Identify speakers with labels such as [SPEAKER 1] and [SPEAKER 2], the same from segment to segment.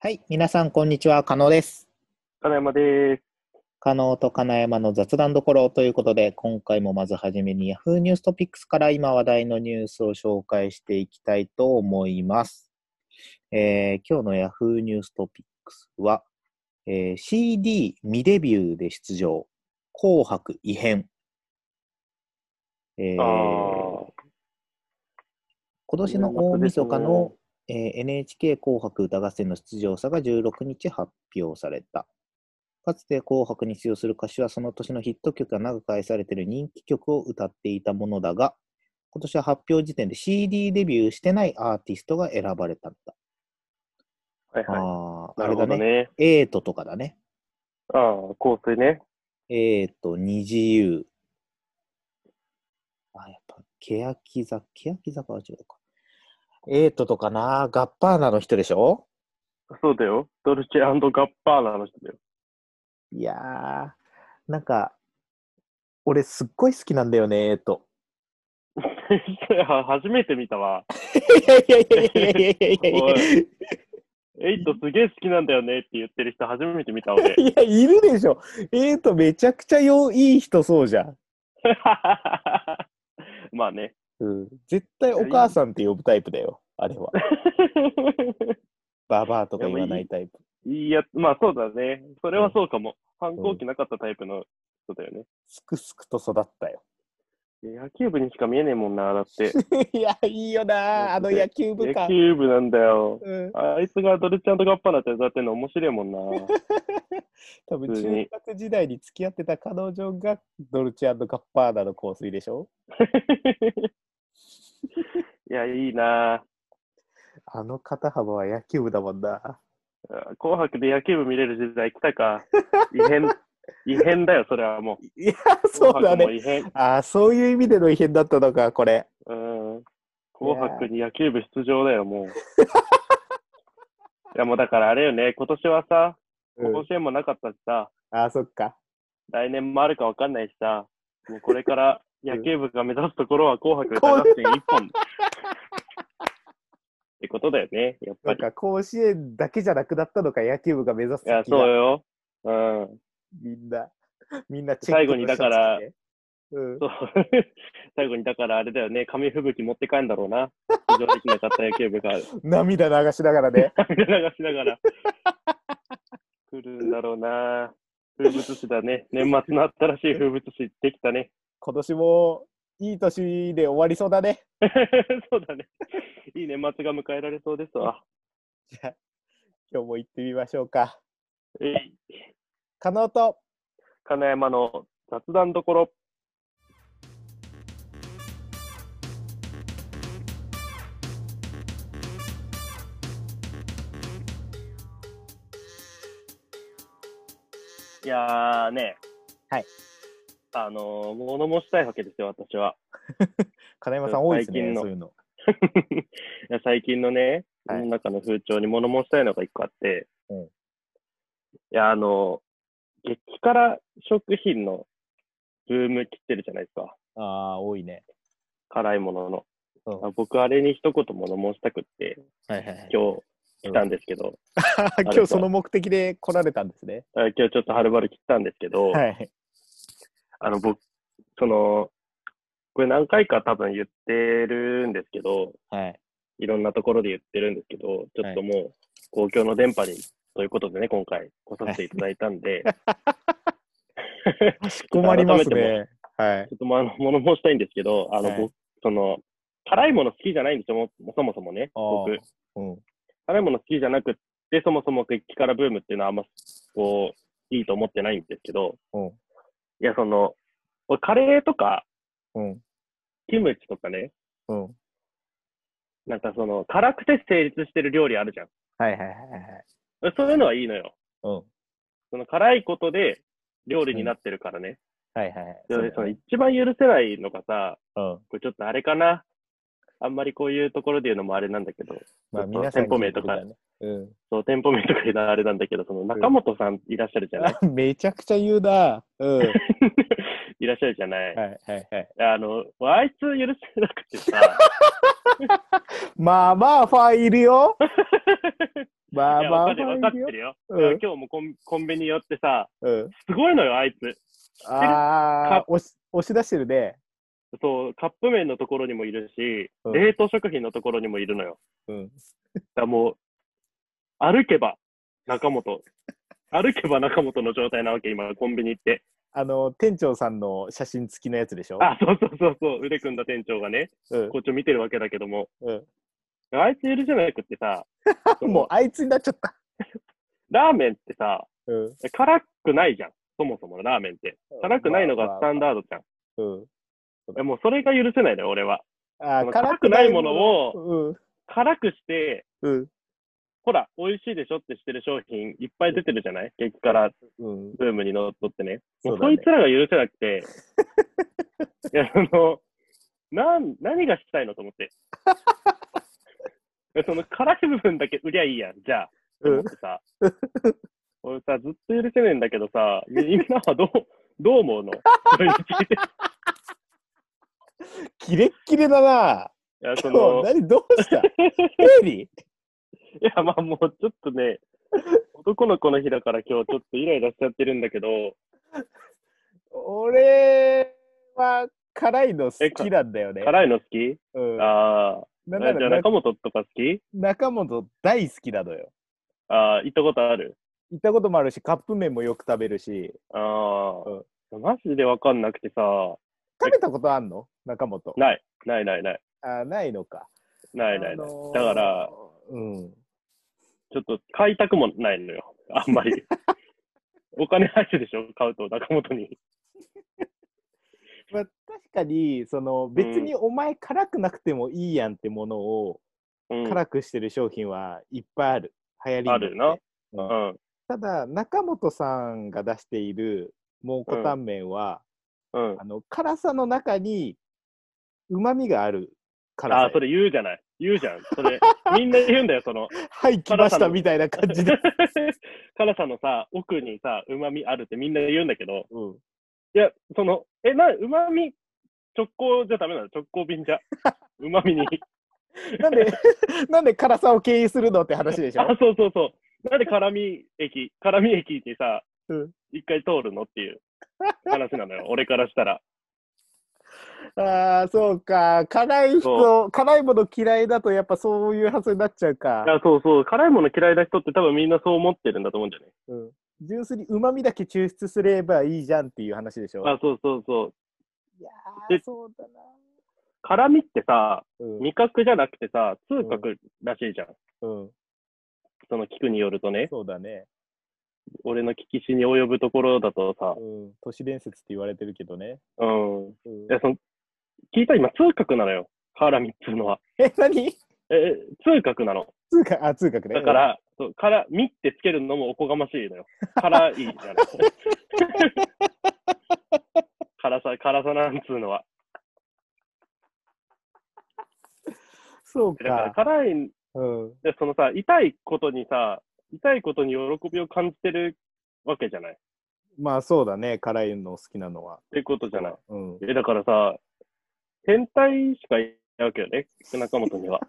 [SPEAKER 1] はい、皆さん、こんにちは。加納です。
[SPEAKER 2] 金山です。
[SPEAKER 1] 加納と金山の雑談どころということで、今回もまずはじめに Yahoo ニューストピックスから今話題のニュースを紹介していきたいと思います。えー今日の Yahoo ニューストピックスは、えー CD 未デビューで出場、紅白異変。えー
[SPEAKER 2] あ
[SPEAKER 1] 今年の大晦日の、えー NHK 紅白歌合戦の出場者が16日発表された。かつて紅白に出場する歌手はその年のヒット曲が長く愛されている人気曲を歌っていたものだが、今年は発表時点で CD デビューしてないアーティストが選ばれたんだ。
[SPEAKER 2] あ、はい
[SPEAKER 1] あ
[SPEAKER 2] はい。
[SPEAKER 1] あ、
[SPEAKER 2] な
[SPEAKER 1] あれ
[SPEAKER 2] るほ
[SPEAKER 1] だ
[SPEAKER 2] ど
[SPEAKER 1] ね。
[SPEAKER 2] ね。
[SPEAKER 1] エイトとかだね。
[SPEAKER 2] ああ、香水ね。
[SPEAKER 1] エイト、二自由。あ、やっぱ、欅坂、欅坂は違うか。エイトとかな、ガッパーナの人でしょ
[SPEAKER 2] そうだよ。ドルチェガッパーナの人だよ。
[SPEAKER 1] いやー、なんか、俺すっごい好きなんだよね、と。
[SPEAKER 2] 初めて見たわ。
[SPEAKER 1] いやいやいやいやいやいやいやい
[SPEAKER 2] お
[SPEAKER 1] やい
[SPEAKER 2] エイトすげえ好きなんだよねって言ってる人初めて見た俺。
[SPEAKER 1] や、 いるでしょ。えーと、めちゃくちゃよいい人そうじゃん。
[SPEAKER 2] まあね。
[SPEAKER 1] うん、絶対お母さんって呼ぶタイプだよ、あれは。ババアとか言わないタイプ。
[SPEAKER 2] いや、まあそうだね。それはそうかも。反抗期なかったタイプの人だよね。
[SPEAKER 1] すくすくと育ったよ。
[SPEAKER 2] いや野球部にしか見えねえもんな、だ って。
[SPEAKER 1] いや、いいよなー、あの野球部
[SPEAKER 2] 野
[SPEAKER 1] か。
[SPEAKER 2] 球部なんだよ。
[SPEAKER 1] うん、
[SPEAKER 2] あいつがドルチェガッパーナって歌ってんの面白いもんな。
[SPEAKER 1] 多分
[SPEAKER 2] 普通
[SPEAKER 1] 中
[SPEAKER 2] に
[SPEAKER 1] 学時代に付き合ってた彼女がドルチェガッパーナの香水でしょ
[SPEAKER 2] いや、いいな
[SPEAKER 1] あの肩幅は野球部だもんな。
[SPEAKER 2] ぁ。紅白で野球部見れる時代来たか。異 変、異変だよ、それはもう。
[SPEAKER 1] いや、そうだ
[SPEAKER 2] 紅白も
[SPEAKER 1] ね。
[SPEAKER 2] 異変。
[SPEAKER 1] ああ、そういう意味での異変だったのか、これ。
[SPEAKER 2] うん。紅白に野球部出場だ よ、もう。いや、もうだからあれよね、今年はさ、
[SPEAKER 1] うん
[SPEAKER 2] 甲子園もなかったしさ、
[SPEAKER 1] ああ、そっか。
[SPEAKER 2] 来年もあるかわかんないしさ、もうこれから野球部が目指すところは紅白歌合戦一 本。ってことだよね、やっ
[SPEAKER 1] な
[SPEAKER 2] ぱ
[SPEAKER 1] ん
[SPEAKER 2] り。
[SPEAKER 1] か甲子園だけじゃなくなったのか、野球部が目指す
[SPEAKER 2] いや、
[SPEAKER 1] 先
[SPEAKER 2] そう
[SPEAKER 1] が
[SPEAKER 2] よ。うん。
[SPEAKER 1] みんな、みんなチェック
[SPEAKER 2] 最後にだから
[SPEAKER 1] の人たちね、うん
[SPEAKER 2] そう。 最後に、だからあれだよね、紙吹雪持って帰んだろうな。出場できなかった野球部が、
[SPEAKER 1] 涙流しながら ね。
[SPEAKER 2] 涙流しながら。来るんだろうな。風物詩だね。年末の新しい風物詩できたね。
[SPEAKER 1] 今年もいい年で終わりそうだね。
[SPEAKER 2] そうだね。いい年末が迎えられそうですわ。
[SPEAKER 1] じゃあ、今日も行ってみましょうか。
[SPEAKER 2] えい、
[SPEAKER 1] 可能と、
[SPEAKER 2] 金山の雑談どころ。いやーね、
[SPEAKER 1] はい。
[SPEAKER 2] あのー、物申したいわけですよ、私は。
[SPEAKER 1] 金山さん多いです
[SPEAKER 2] 最
[SPEAKER 1] ね、
[SPEAKER 2] 近の
[SPEAKER 1] そういうの。
[SPEAKER 2] いや最近のね、
[SPEAKER 1] は
[SPEAKER 2] 世
[SPEAKER 1] い
[SPEAKER 2] の中の風潮に物申したいのが一個あって、
[SPEAKER 1] うん
[SPEAKER 2] いや、あの、激辛食品のブーム切ってるじゃないですか、
[SPEAKER 1] ああ、多いね。
[SPEAKER 2] 辛いものの。
[SPEAKER 1] うん
[SPEAKER 2] あ僕、あれに一言物申したくって、
[SPEAKER 1] はいはい
[SPEAKER 2] 今日来たんですけど、
[SPEAKER 1] はい、 今日その目的で来られたんですね。
[SPEAKER 2] あ今日ちょっとはるばる来たんですけど、
[SPEAKER 1] はい。
[SPEAKER 2] あの、僕、その、これ何回か多分言ってるんですけど、
[SPEAKER 1] はい。
[SPEAKER 2] いろんなところで言ってるんですけど、ちょっともう公共の電波にということでね、今回来させていただいたんで、
[SPEAKER 1] 困ります
[SPEAKER 2] 改めて
[SPEAKER 1] ね。はい。
[SPEAKER 2] ちょっともうあの物申したいんですけど、あの、
[SPEAKER 1] はい
[SPEAKER 2] 僕その、辛いもの好きじゃないんですよ、もうそもそもね、
[SPEAKER 1] あー
[SPEAKER 2] 僕。
[SPEAKER 1] うん。
[SPEAKER 2] 辛いもの好きじゃなくって、そもそも激辛ブームっていうのはあんま、こう、いいと思ってないんですけど、
[SPEAKER 1] うん
[SPEAKER 2] いや、その、俺カレーとか、
[SPEAKER 1] うん。
[SPEAKER 2] キムチとかね、
[SPEAKER 1] うん。
[SPEAKER 2] なんかその、辛くて成立してる料理あるじゃん。
[SPEAKER 1] はいはいはいはい。
[SPEAKER 2] そういうのはいいのよ。
[SPEAKER 1] うん。
[SPEAKER 2] その辛いことで料理になってるからね。
[SPEAKER 1] はいはいはい。
[SPEAKER 2] で
[SPEAKER 1] そうだよね
[SPEAKER 2] その一番許せないのがさ、
[SPEAKER 1] うん。
[SPEAKER 2] これちょっとあれかな。あんまりこういうところで言うのもあれなんだけど、
[SPEAKER 1] まあ
[SPEAKER 2] ちょっと
[SPEAKER 1] 皆さん
[SPEAKER 2] 店舗名とか
[SPEAKER 1] 聞いてるね。
[SPEAKER 2] そう、店舗名とか言うのはあれなんだけど、その中本さんいらっしゃるじゃない、
[SPEAKER 1] うん。めちゃくちゃ言うな。うん。はい
[SPEAKER 2] いらっしゃるじゃない、
[SPEAKER 1] はいはい。
[SPEAKER 2] あの、あいつ許せなくてさ、
[SPEAKER 1] まあまあファンいるよ。まあ
[SPEAKER 2] いや
[SPEAKER 1] ま
[SPEAKER 2] わ
[SPEAKER 1] あ
[SPEAKER 2] かるよわ
[SPEAKER 1] ま
[SPEAKER 2] か
[SPEAKER 1] あ
[SPEAKER 2] っ
[SPEAKER 1] い
[SPEAKER 2] て
[SPEAKER 1] いよ。
[SPEAKER 2] るよ。
[SPEAKER 1] うん
[SPEAKER 2] だから今日もコンコンビニ寄ってさ、
[SPEAKER 1] うん。
[SPEAKER 2] すごいのよ、あいつ。
[SPEAKER 1] ああ、押し押し出してるね。
[SPEAKER 2] そう、カップ麺のところにもいるし、
[SPEAKER 1] うん
[SPEAKER 2] 冷凍食品のところにもいるのよ。
[SPEAKER 1] うん。
[SPEAKER 2] だからもう、歩けば中本。歩けば中本の状態なわけ、今、コンビニ行って。
[SPEAKER 1] あの、店長さんの写真付きのやつでしょ
[SPEAKER 2] あ、そうそうそうそう、腕組んだ店長がね、
[SPEAKER 1] うん
[SPEAKER 2] こっちを見てるわけだけども、
[SPEAKER 1] うん、
[SPEAKER 2] あいつ許せなくってさ
[SPEAKER 1] もうあいつになっちゃった。
[SPEAKER 2] ラーメンってさ、
[SPEAKER 1] うん。
[SPEAKER 2] 辛くないじゃん。そもそもラーメンって。辛くないのがスタンダードじゃん。
[SPEAKER 1] うん。
[SPEAKER 2] えもうそれが許せないのよ、俺は。
[SPEAKER 1] あ
[SPEAKER 2] あ
[SPEAKER 1] ー
[SPEAKER 2] の辛くないものを
[SPEAKER 1] を、
[SPEAKER 2] 辛くして、
[SPEAKER 1] うん。うん。
[SPEAKER 2] ほら、美味しいでしょってしてる商品いっぱい出てるじゃない激辛
[SPEAKER 1] うん。
[SPEAKER 2] ブームにのっとってね。もう
[SPEAKER 1] だ
[SPEAKER 2] そ
[SPEAKER 1] ね
[SPEAKER 2] いつらが許せな くて。いや、その、なん、何がしたいのと 思って。その辛い部分だけ売りゃいいやん、じゃあ。と思ってさ。俺さ、ずっと許せねえんだけどさ、みんなはどう、どう思うのそれに聞いて。い
[SPEAKER 1] キレッキレだな。
[SPEAKER 2] や、そ
[SPEAKER 1] 今
[SPEAKER 2] の、
[SPEAKER 1] 日何どう した経理
[SPEAKER 2] いや、まあもうちょっとね、男の子の日だから今日ちょっとイライラしちゃってるんだけど、
[SPEAKER 1] 俺は辛いの好きなんだよね。
[SPEAKER 2] 辛いの好き
[SPEAKER 1] うん、
[SPEAKER 2] あ
[SPEAKER 1] な
[SPEAKER 2] あ、
[SPEAKER 1] んな
[SPEAKER 2] じゃ
[SPEAKER 1] ら
[SPEAKER 2] あ中本とか好き
[SPEAKER 1] 中本大好きなのよ。
[SPEAKER 2] ああ、行ったことある
[SPEAKER 1] 行ったこともあるし、カップ麺もよく食べるし、
[SPEAKER 2] ああ、マジでわかんなくてさ、
[SPEAKER 1] 食べたことあんの中本。
[SPEAKER 2] ない、ないないない、
[SPEAKER 1] あないのか。
[SPEAKER 2] ないないない。
[SPEAKER 1] あのー
[SPEAKER 2] だから、、
[SPEAKER 1] うん。
[SPEAKER 2] ちょっと買いたくもないのよ、あん まり。お金入るでしょ、買うと中本に。
[SPEAKER 1] まあ、確かに、その、別にお前辛くなくてもいいやんってものを、
[SPEAKER 2] うん、
[SPEAKER 1] 辛くしてる商品はいっぱいある。流行りに
[SPEAKER 2] ある
[SPEAKER 1] なっ
[SPEAKER 2] な
[SPEAKER 1] て。
[SPEAKER 2] う
[SPEAKER 1] うん
[SPEAKER 2] ん、
[SPEAKER 1] ただ、中本さんが出している蒙古タンメンは、
[SPEAKER 2] うん。
[SPEAKER 1] あの辛さの中にうまみがある辛さ
[SPEAKER 2] ああ、それ言うじゃない。言うじゃん。それ、みんな言うんだよ、その。
[SPEAKER 1] はい来ましたみたいな感じ で、
[SPEAKER 2] 辛さのさ、奥にさ、旨味あるってみんな言うんだけど、
[SPEAKER 1] うん、
[SPEAKER 2] いや、その、え、な、旨味直行じゃダメなの直行便 じゃ。旨味に。
[SPEAKER 1] なんで なんで辛さを経由するのって話でしょ
[SPEAKER 2] あ、そうそうそう。なんで辛味駅、 辛味駅にさ
[SPEAKER 1] うん、
[SPEAKER 2] 一、回通るのって いう話なのよ、俺からしたら。
[SPEAKER 1] ああそうか辛い
[SPEAKER 2] そ
[SPEAKER 1] 人辛いもの嫌いだとやっぱそういう発想になっちゃうか
[SPEAKER 2] い、や、そうそう。辛いもの嫌いな人って多分みんなそう思ってるんだと思うんじゃない
[SPEAKER 1] うん、純粋にうまみだけ抽出すればいいじゃんっていう話でしょ
[SPEAKER 2] あ、そうそうそう。
[SPEAKER 1] いやー
[SPEAKER 2] で
[SPEAKER 1] そうだな
[SPEAKER 2] 辛味ってさ、
[SPEAKER 1] うん
[SPEAKER 2] 味覚じゃなくてさ、痛覚らしいじゃん。
[SPEAKER 1] うん、
[SPEAKER 2] その聞くによるとね、
[SPEAKER 1] そうだね、
[SPEAKER 2] 俺の聞きしに及ぶところだとさ
[SPEAKER 1] う、ん、都市伝説って言われてるけどね、
[SPEAKER 2] うん。
[SPEAKER 1] うん
[SPEAKER 2] いや、その、聞いた今、痛覚なのよ。辛味っつうのは。
[SPEAKER 1] え何
[SPEAKER 2] え、痛覚なの。
[SPEAKER 1] 通貨あ通貨ね
[SPEAKER 2] だから、そう、辛、味ってつけるのもおこがましいのよ。辛い じゃない。辛さ、辛さなんつうのは。
[SPEAKER 1] そう
[SPEAKER 2] だから
[SPEAKER 1] か、
[SPEAKER 2] 辛い、
[SPEAKER 1] うん、
[SPEAKER 2] でそのさ、痛いことにさ、痛いことに喜びを感じてるわけじゃない。っ
[SPEAKER 1] まあそうだね、辛いの好きなのは。
[SPEAKER 2] てことじゃない。
[SPEAKER 1] うん、
[SPEAKER 2] え、だからさ、変態しかいないわけよね。中本には。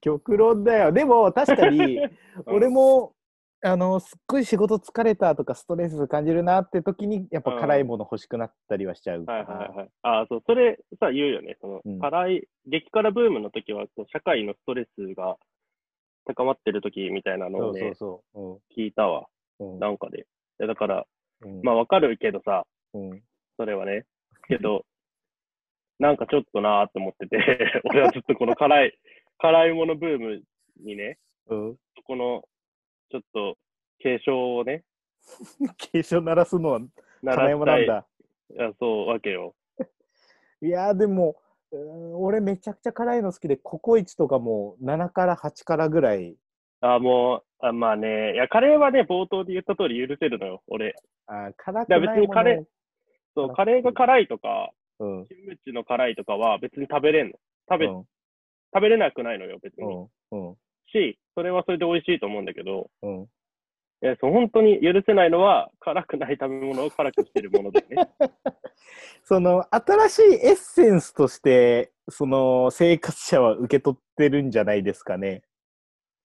[SPEAKER 1] 極論だよ。でも確か に、 俺も、あの、すっごい仕事疲れたとかストレス感じるなって時に、やっぱ辛いもの欲しくなったりはしちゃうか
[SPEAKER 2] は
[SPEAKER 1] ら。
[SPEAKER 2] いはいはい。ああ、そう、それさ、言うよね。その、
[SPEAKER 1] うん
[SPEAKER 2] 辛い、激辛ブームの時は、こう社会のストレスが高まってる時みたいなの
[SPEAKER 1] そ
[SPEAKER 2] を
[SPEAKER 1] うそう
[SPEAKER 2] ね、
[SPEAKER 1] そ
[SPEAKER 2] 聞いたわ。
[SPEAKER 1] う。うん、
[SPEAKER 2] なんかで。いやだから、
[SPEAKER 1] うん、
[SPEAKER 2] まあわかるけどさ、
[SPEAKER 1] うん
[SPEAKER 2] それはね。けど、なんかちょっとなーって思って て、俺はちょっとこの辛い、辛いものブームにね、
[SPEAKER 1] うん。
[SPEAKER 2] そこの、ちょっと、警鐘をね、
[SPEAKER 1] 警鐘鳴らすのは
[SPEAKER 2] 鳴ら
[SPEAKER 1] 辛いもの
[SPEAKER 2] し
[SPEAKER 1] な
[SPEAKER 2] た
[SPEAKER 1] ん
[SPEAKER 2] い。
[SPEAKER 1] だ。
[SPEAKER 2] いやそう、わけよ。
[SPEAKER 1] いやーでも、うん俺めちゃくちゃ辛いの好きで、ココイチとかも7から8からぐらい、
[SPEAKER 2] あもう、あまあね、いや、カレーはね、冒頭で言った通り許せるのよ、俺。
[SPEAKER 1] あー辛く
[SPEAKER 2] いや
[SPEAKER 1] な
[SPEAKER 2] 別
[SPEAKER 1] い
[SPEAKER 2] に
[SPEAKER 1] も
[SPEAKER 2] カレ
[SPEAKER 1] の
[SPEAKER 2] ー
[SPEAKER 1] 辛
[SPEAKER 2] そう、カレーが辛いとか、
[SPEAKER 1] うん。
[SPEAKER 2] キムチの辛いとかは別に食べれんの。食べ、
[SPEAKER 1] うん
[SPEAKER 2] 食べれなくないのよ、別に。
[SPEAKER 1] うんうん
[SPEAKER 2] し、それはそれで美味しいと思うんだけど、
[SPEAKER 1] うん。
[SPEAKER 2] いやそう本当に許せないのは、辛くない食べ物を辛くしてるものだよね。
[SPEAKER 1] その新しいエッセンスとしてその生活者は受け取ってるんじゃないですかね。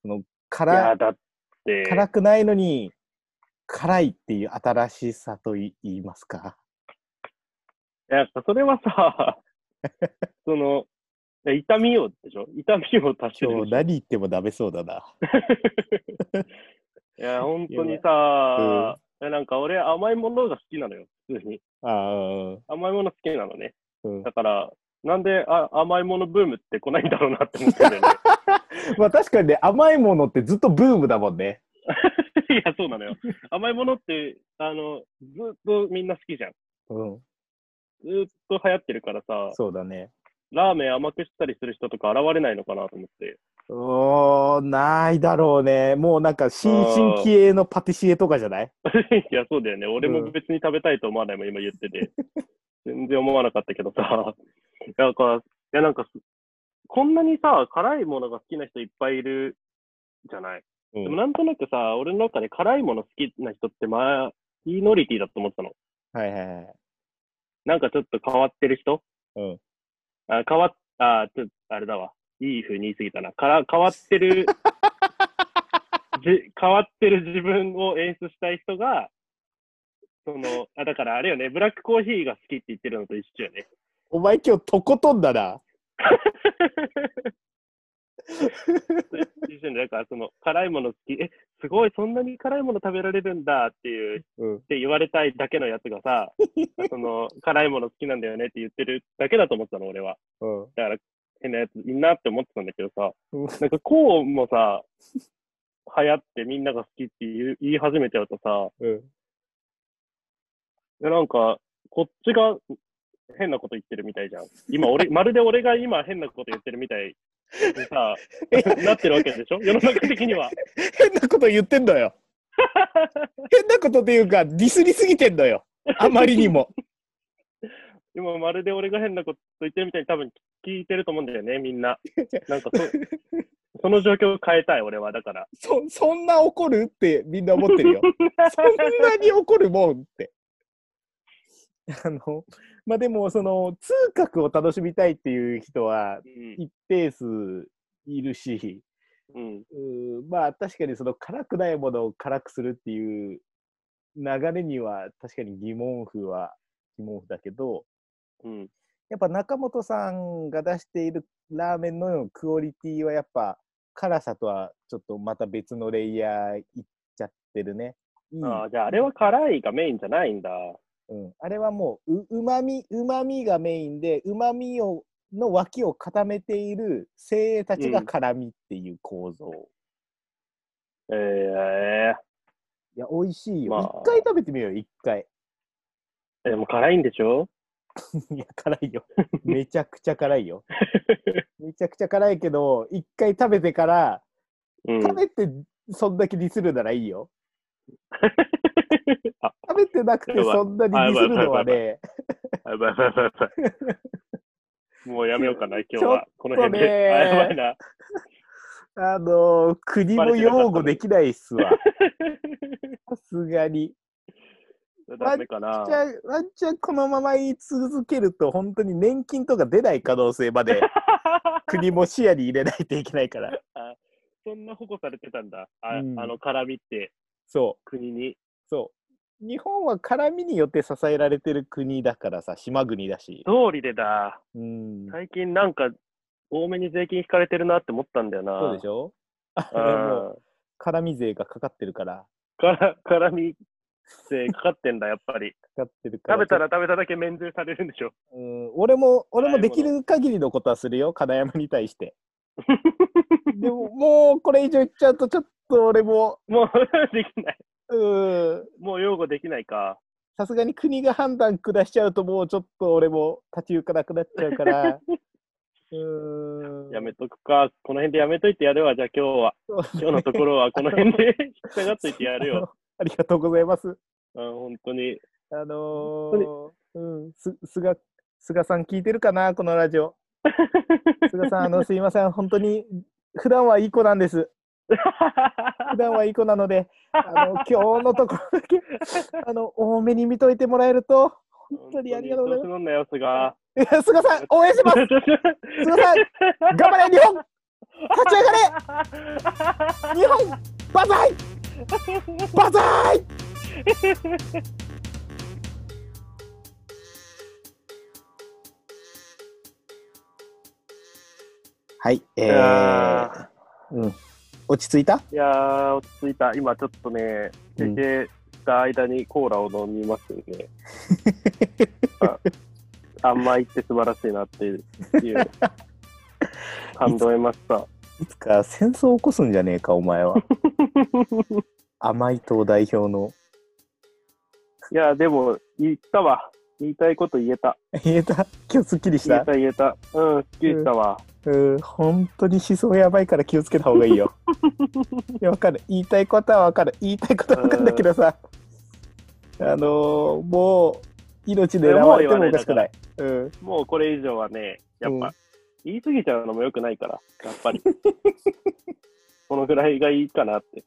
[SPEAKER 1] その
[SPEAKER 2] いや、
[SPEAKER 1] 辛
[SPEAKER 2] だって、
[SPEAKER 1] 辛くないのに、辛いっていう新しさとい言いますか。
[SPEAKER 2] なんかそれ はさ、その、痛みをでしょ痛みを足して
[SPEAKER 1] 今日
[SPEAKER 2] るでしょ
[SPEAKER 1] 何言ってもダメそうだな。
[SPEAKER 2] いや、本当に
[SPEAKER 1] や
[SPEAKER 2] さ、いやなんか俺甘いものが好きなのよ、普通に。
[SPEAKER 1] ああ、
[SPEAKER 2] 甘いもの好きなのね。
[SPEAKER 1] うん。
[SPEAKER 2] だから、なんであ甘いものブームって来ないんだろうなって思ってる よね。
[SPEAKER 1] まあ確かにね、甘いものってずっとブームだもんね。
[SPEAKER 2] いや、そうなのよ。甘いものって、あの、ずっとみんな好きじゃん。
[SPEAKER 1] うん。
[SPEAKER 2] ずっと流行ってるからさ、
[SPEAKER 1] そうだね。
[SPEAKER 2] ラーメン甘くしたりする人とか現れないのかなと思って。
[SPEAKER 1] おー、ないだろうね。もうなんか、新進気鋭のパティシエとかじゃない
[SPEAKER 2] いや、そうだよね。俺も別に食べたいと思わないもん、今言って て。全然思わなかったけどさ。 なんか、いや、なんかす、こんなにさ、辛いものが好きな人いっぱいいるじゃない。
[SPEAKER 1] う
[SPEAKER 2] でもなんとなくさ、俺の中で辛いもの好きな人ってマイノリティだと思ってたの。
[SPEAKER 1] はいはいはい。
[SPEAKER 2] なんかちょっと変わってる人
[SPEAKER 1] うん。
[SPEAKER 2] あ変わっ、あ、ちょっと、あれだわ。いい風に言い過ぎたな。から変わってるじ、 変わってる自分を演出したい人が、その、あ、だからあれよね、ブラックコーヒーが好きって言ってるのと一緒よね。
[SPEAKER 1] お前今日とことんだな。
[SPEAKER 2] 一緒に、だからその、辛いもの好き、え、すごい、そんなに辛いもの食べられるんだっていう、
[SPEAKER 1] うん
[SPEAKER 2] っ。て言われたいだけのやつがさ、その、辛いもの好きなんだよねって言ってるだけだと思ってたの、俺は。
[SPEAKER 1] うん。
[SPEAKER 2] だから変なやついんなって思ってたんだけどさ
[SPEAKER 1] うん、
[SPEAKER 2] なんかこうもさ、流行ってみんなが好きって言う言い始めちゃうとさ、
[SPEAKER 1] うん。
[SPEAKER 2] でなんか、こっちが変なこと言ってるみたいじゃん。今 俺、まるで俺が今変なこと言ってるみたいに さ、なってるわけでしょ世の中的には。
[SPEAKER 1] 変なこと言ってん だよ。変なことっていうか、ディスりすぎてんだよ。あまりに も。
[SPEAKER 2] 今まるで俺が変なこと言ってるみたいに多分聞いてると思うんだよね、みんな。なんかそ、 その状況を変えたい、俺は。だから。
[SPEAKER 1] そ、そんな怒るってみんな思って るよ。そんなに怒るもんって。あの、まあでも、その、通覚を楽しみたいっていう人は、一定数いるし、
[SPEAKER 2] うん。うん。
[SPEAKER 1] うーまあ確かにその辛くないものを辛くするっていう流れには確かに疑問符は疑問符だけど、
[SPEAKER 2] うん。
[SPEAKER 1] やっぱ中本さんが出しているラーメンのクオリティはやっぱ辛さとはちょっとまた別のレイヤーいっちゃってるね。いい
[SPEAKER 2] ああ、じゃああれは辛いがメインじゃないんだ。
[SPEAKER 1] うん、あれはもうううまみうまみがメインでうまみをの脇を固めている精鋭たちが辛みっていう構造。
[SPEAKER 2] ええ
[SPEAKER 1] いや美味しいよ。一、
[SPEAKER 2] まあ
[SPEAKER 1] 回食べてみようよ一回。
[SPEAKER 2] えでも辛いんでしょ
[SPEAKER 1] いや辛い よ。めちゃくちゃ辛いよ。めちゃくちゃ辛いけど一回食べてから
[SPEAKER 2] うん。
[SPEAKER 1] 食べてそんだけディスるならいい よ。
[SPEAKER 2] あ、
[SPEAKER 1] 食べてなくてそんなにディスるのはね、
[SPEAKER 2] やばいやばいやばいやばい。もうやめようかな、今日は。この
[SPEAKER 1] とね
[SPEAKER 2] 辺で。あやばいな。
[SPEAKER 1] あのー国も擁護できないっす わ。さすがに。
[SPEAKER 2] ダメか
[SPEAKER 1] じゃ
[SPEAKER 2] な。
[SPEAKER 1] あ、ワンチャンこのまま言い続けると、本当に年金とか出ない可能性まで国も視野に入れないといけないから。
[SPEAKER 2] そんな保護されてたんだ。あ,、
[SPEAKER 1] うん
[SPEAKER 2] あの、辛みって、
[SPEAKER 1] そう、
[SPEAKER 2] 国に。
[SPEAKER 1] そう。日本は絡みによって支えられてる国だからさ、島国だし。
[SPEAKER 2] 通りでだ。
[SPEAKER 1] うん。
[SPEAKER 2] 最近なんか、多めに税金引かれてるなって思ったんだよな。
[SPEAKER 1] そうでしょ あ
[SPEAKER 2] う
[SPEAKER 1] れもう、絡み税がかかってるから。
[SPEAKER 2] ん。から辛みってかかってんだ、やっぱり。
[SPEAKER 1] かかってるから
[SPEAKER 2] 食べたら食べただけ免税されるんでしょ。
[SPEAKER 1] うん、俺も、俺も
[SPEAKER 2] 辛い
[SPEAKER 1] で
[SPEAKER 2] も
[SPEAKER 1] き
[SPEAKER 2] の
[SPEAKER 1] る限りのことはするよ、金山に対 して。でも、もうこれ以上言っちゃうと、ちょっと俺も、
[SPEAKER 2] もう できない。
[SPEAKER 1] うん、
[SPEAKER 2] もう擁護できないか。
[SPEAKER 1] さすがに国が判断下しちゃうと、もうちょっと俺も立ち行かなくなっちゃう から。うん。
[SPEAKER 2] やめとくか。この辺でやめといてやるわ。じゃあ今日は。
[SPEAKER 1] そうですね
[SPEAKER 2] 今日のところはこの辺で引っがっといてやるよ。。
[SPEAKER 1] あのありがとうございます。
[SPEAKER 2] うん、本当に。
[SPEAKER 1] あのー、うん、す、菅、菅さん聞いてるかな、このラジオ。菅さん、あの、すいません、本当に、普段はいい子なんです。普段はいい子なので、あの今日のところだけあの多めに見といてもらえると、本当にありがとうござい
[SPEAKER 2] 調
[SPEAKER 1] ま
[SPEAKER 2] 子乗んなよ、すが。
[SPEAKER 1] す。いや菅さん、応援します。菅さん、頑張れ、日本。立ち上がれ日本バザイバザイ
[SPEAKER 3] はい、え
[SPEAKER 2] いや
[SPEAKER 3] ー、うん。落ち着いた
[SPEAKER 2] いやー、落ち着いた。今ちょっとね、
[SPEAKER 3] う
[SPEAKER 2] 休
[SPEAKER 3] ん
[SPEAKER 2] 憩した間にコーラを飲みますよね。ああんまいって素晴らしいなっていう、感動得ました。
[SPEAKER 1] いつか戦争を起こすんじゃねえかお前 は甘い党代表の
[SPEAKER 2] いやー、でも、言ったわ。言いたいこと言えた。
[SPEAKER 1] 言えた今日すっきりし
[SPEAKER 2] 言え
[SPEAKER 1] た
[SPEAKER 2] た言えた。うん、すっきりしたわ。
[SPEAKER 1] うん本当に思想やばいから気をつけた方がい いよいやわかる言いたいことはわかる言いたいことはわかるんだけどさあのーもう命狙われてもおかしくないうん
[SPEAKER 2] もうこれ以上はね、やっぱ、
[SPEAKER 1] うん
[SPEAKER 2] 言い過ぎちゃうのも良くないから、やっ ぱり。このぐらいがいいかなって。ち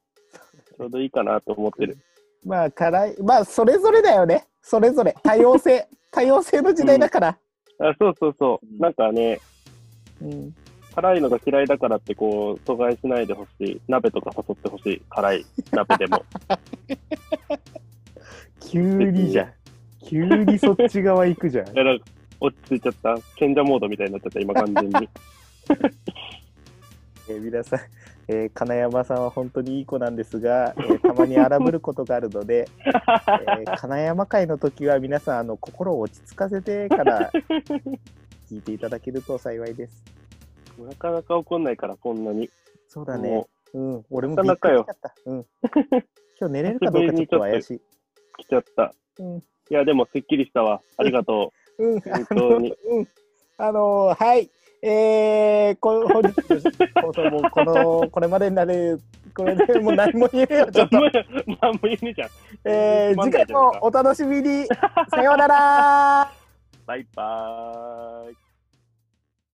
[SPEAKER 2] ょうどいいかなと思ってる。
[SPEAKER 1] まあ辛いまあそれぞれだよねそれぞれ多様性 多様性の時代だから、
[SPEAKER 2] あそうそうそうう。
[SPEAKER 3] ん
[SPEAKER 2] なんかね、
[SPEAKER 1] うん
[SPEAKER 2] 辛いのが嫌いだからってこう阻害しないでほしい鍋とか誘ってほしい辛い鍋で も
[SPEAKER 1] 急にじゃん急にそっち側行くじゃん
[SPEAKER 2] いやなんか落ち着いちゃった賢者モードみたいになっちゃった今完全に
[SPEAKER 1] えー皆さん、えー金山さんは本当にいい子なんですが、えーたまに荒ぶることがあるので、えー金山会の時は皆さんあの心を落ち着かせてから聞いていただけると幸いです。
[SPEAKER 2] なかなか怒んないからこんなに
[SPEAKER 1] そうだね
[SPEAKER 2] も。
[SPEAKER 1] うん、俺も
[SPEAKER 2] な
[SPEAKER 1] び
[SPEAKER 2] か
[SPEAKER 1] っ
[SPEAKER 2] な
[SPEAKER 1] くり
[SPEAKER 2] かよ
[SPEAKER 1] しちゃった。うん、今日寝れるかどうかちょっと怪しい。
[SPEAKER 2] う来ちゃった
[SPEAKER 1] うん、
[SPEAKER 2] いやでもすっきりしたわありがと
[SPEAKER 1] うん、
[SPEAKER 2] 本当に
[SPEAKER 1] あのうん、あのーはい。えー、こ本日の放送もこのこれまでになるこれでもう何も言えよ
[SPEAKER 2] う
[SPEAKER 1] ちょっと
[SPEAKER 2] 何も言えねえじゃん
[SPEAKER 1] えー、
[SPEAKER 2] つまん
[SPEAKER 1] 次
[SPEAKER 2] な
[SPEAKER 1] 回
[SPEAKER 2] いじゃん
[SPEAKER 1] もお楽しみに。さようなら。
[SPEAKER 2] バイバーイ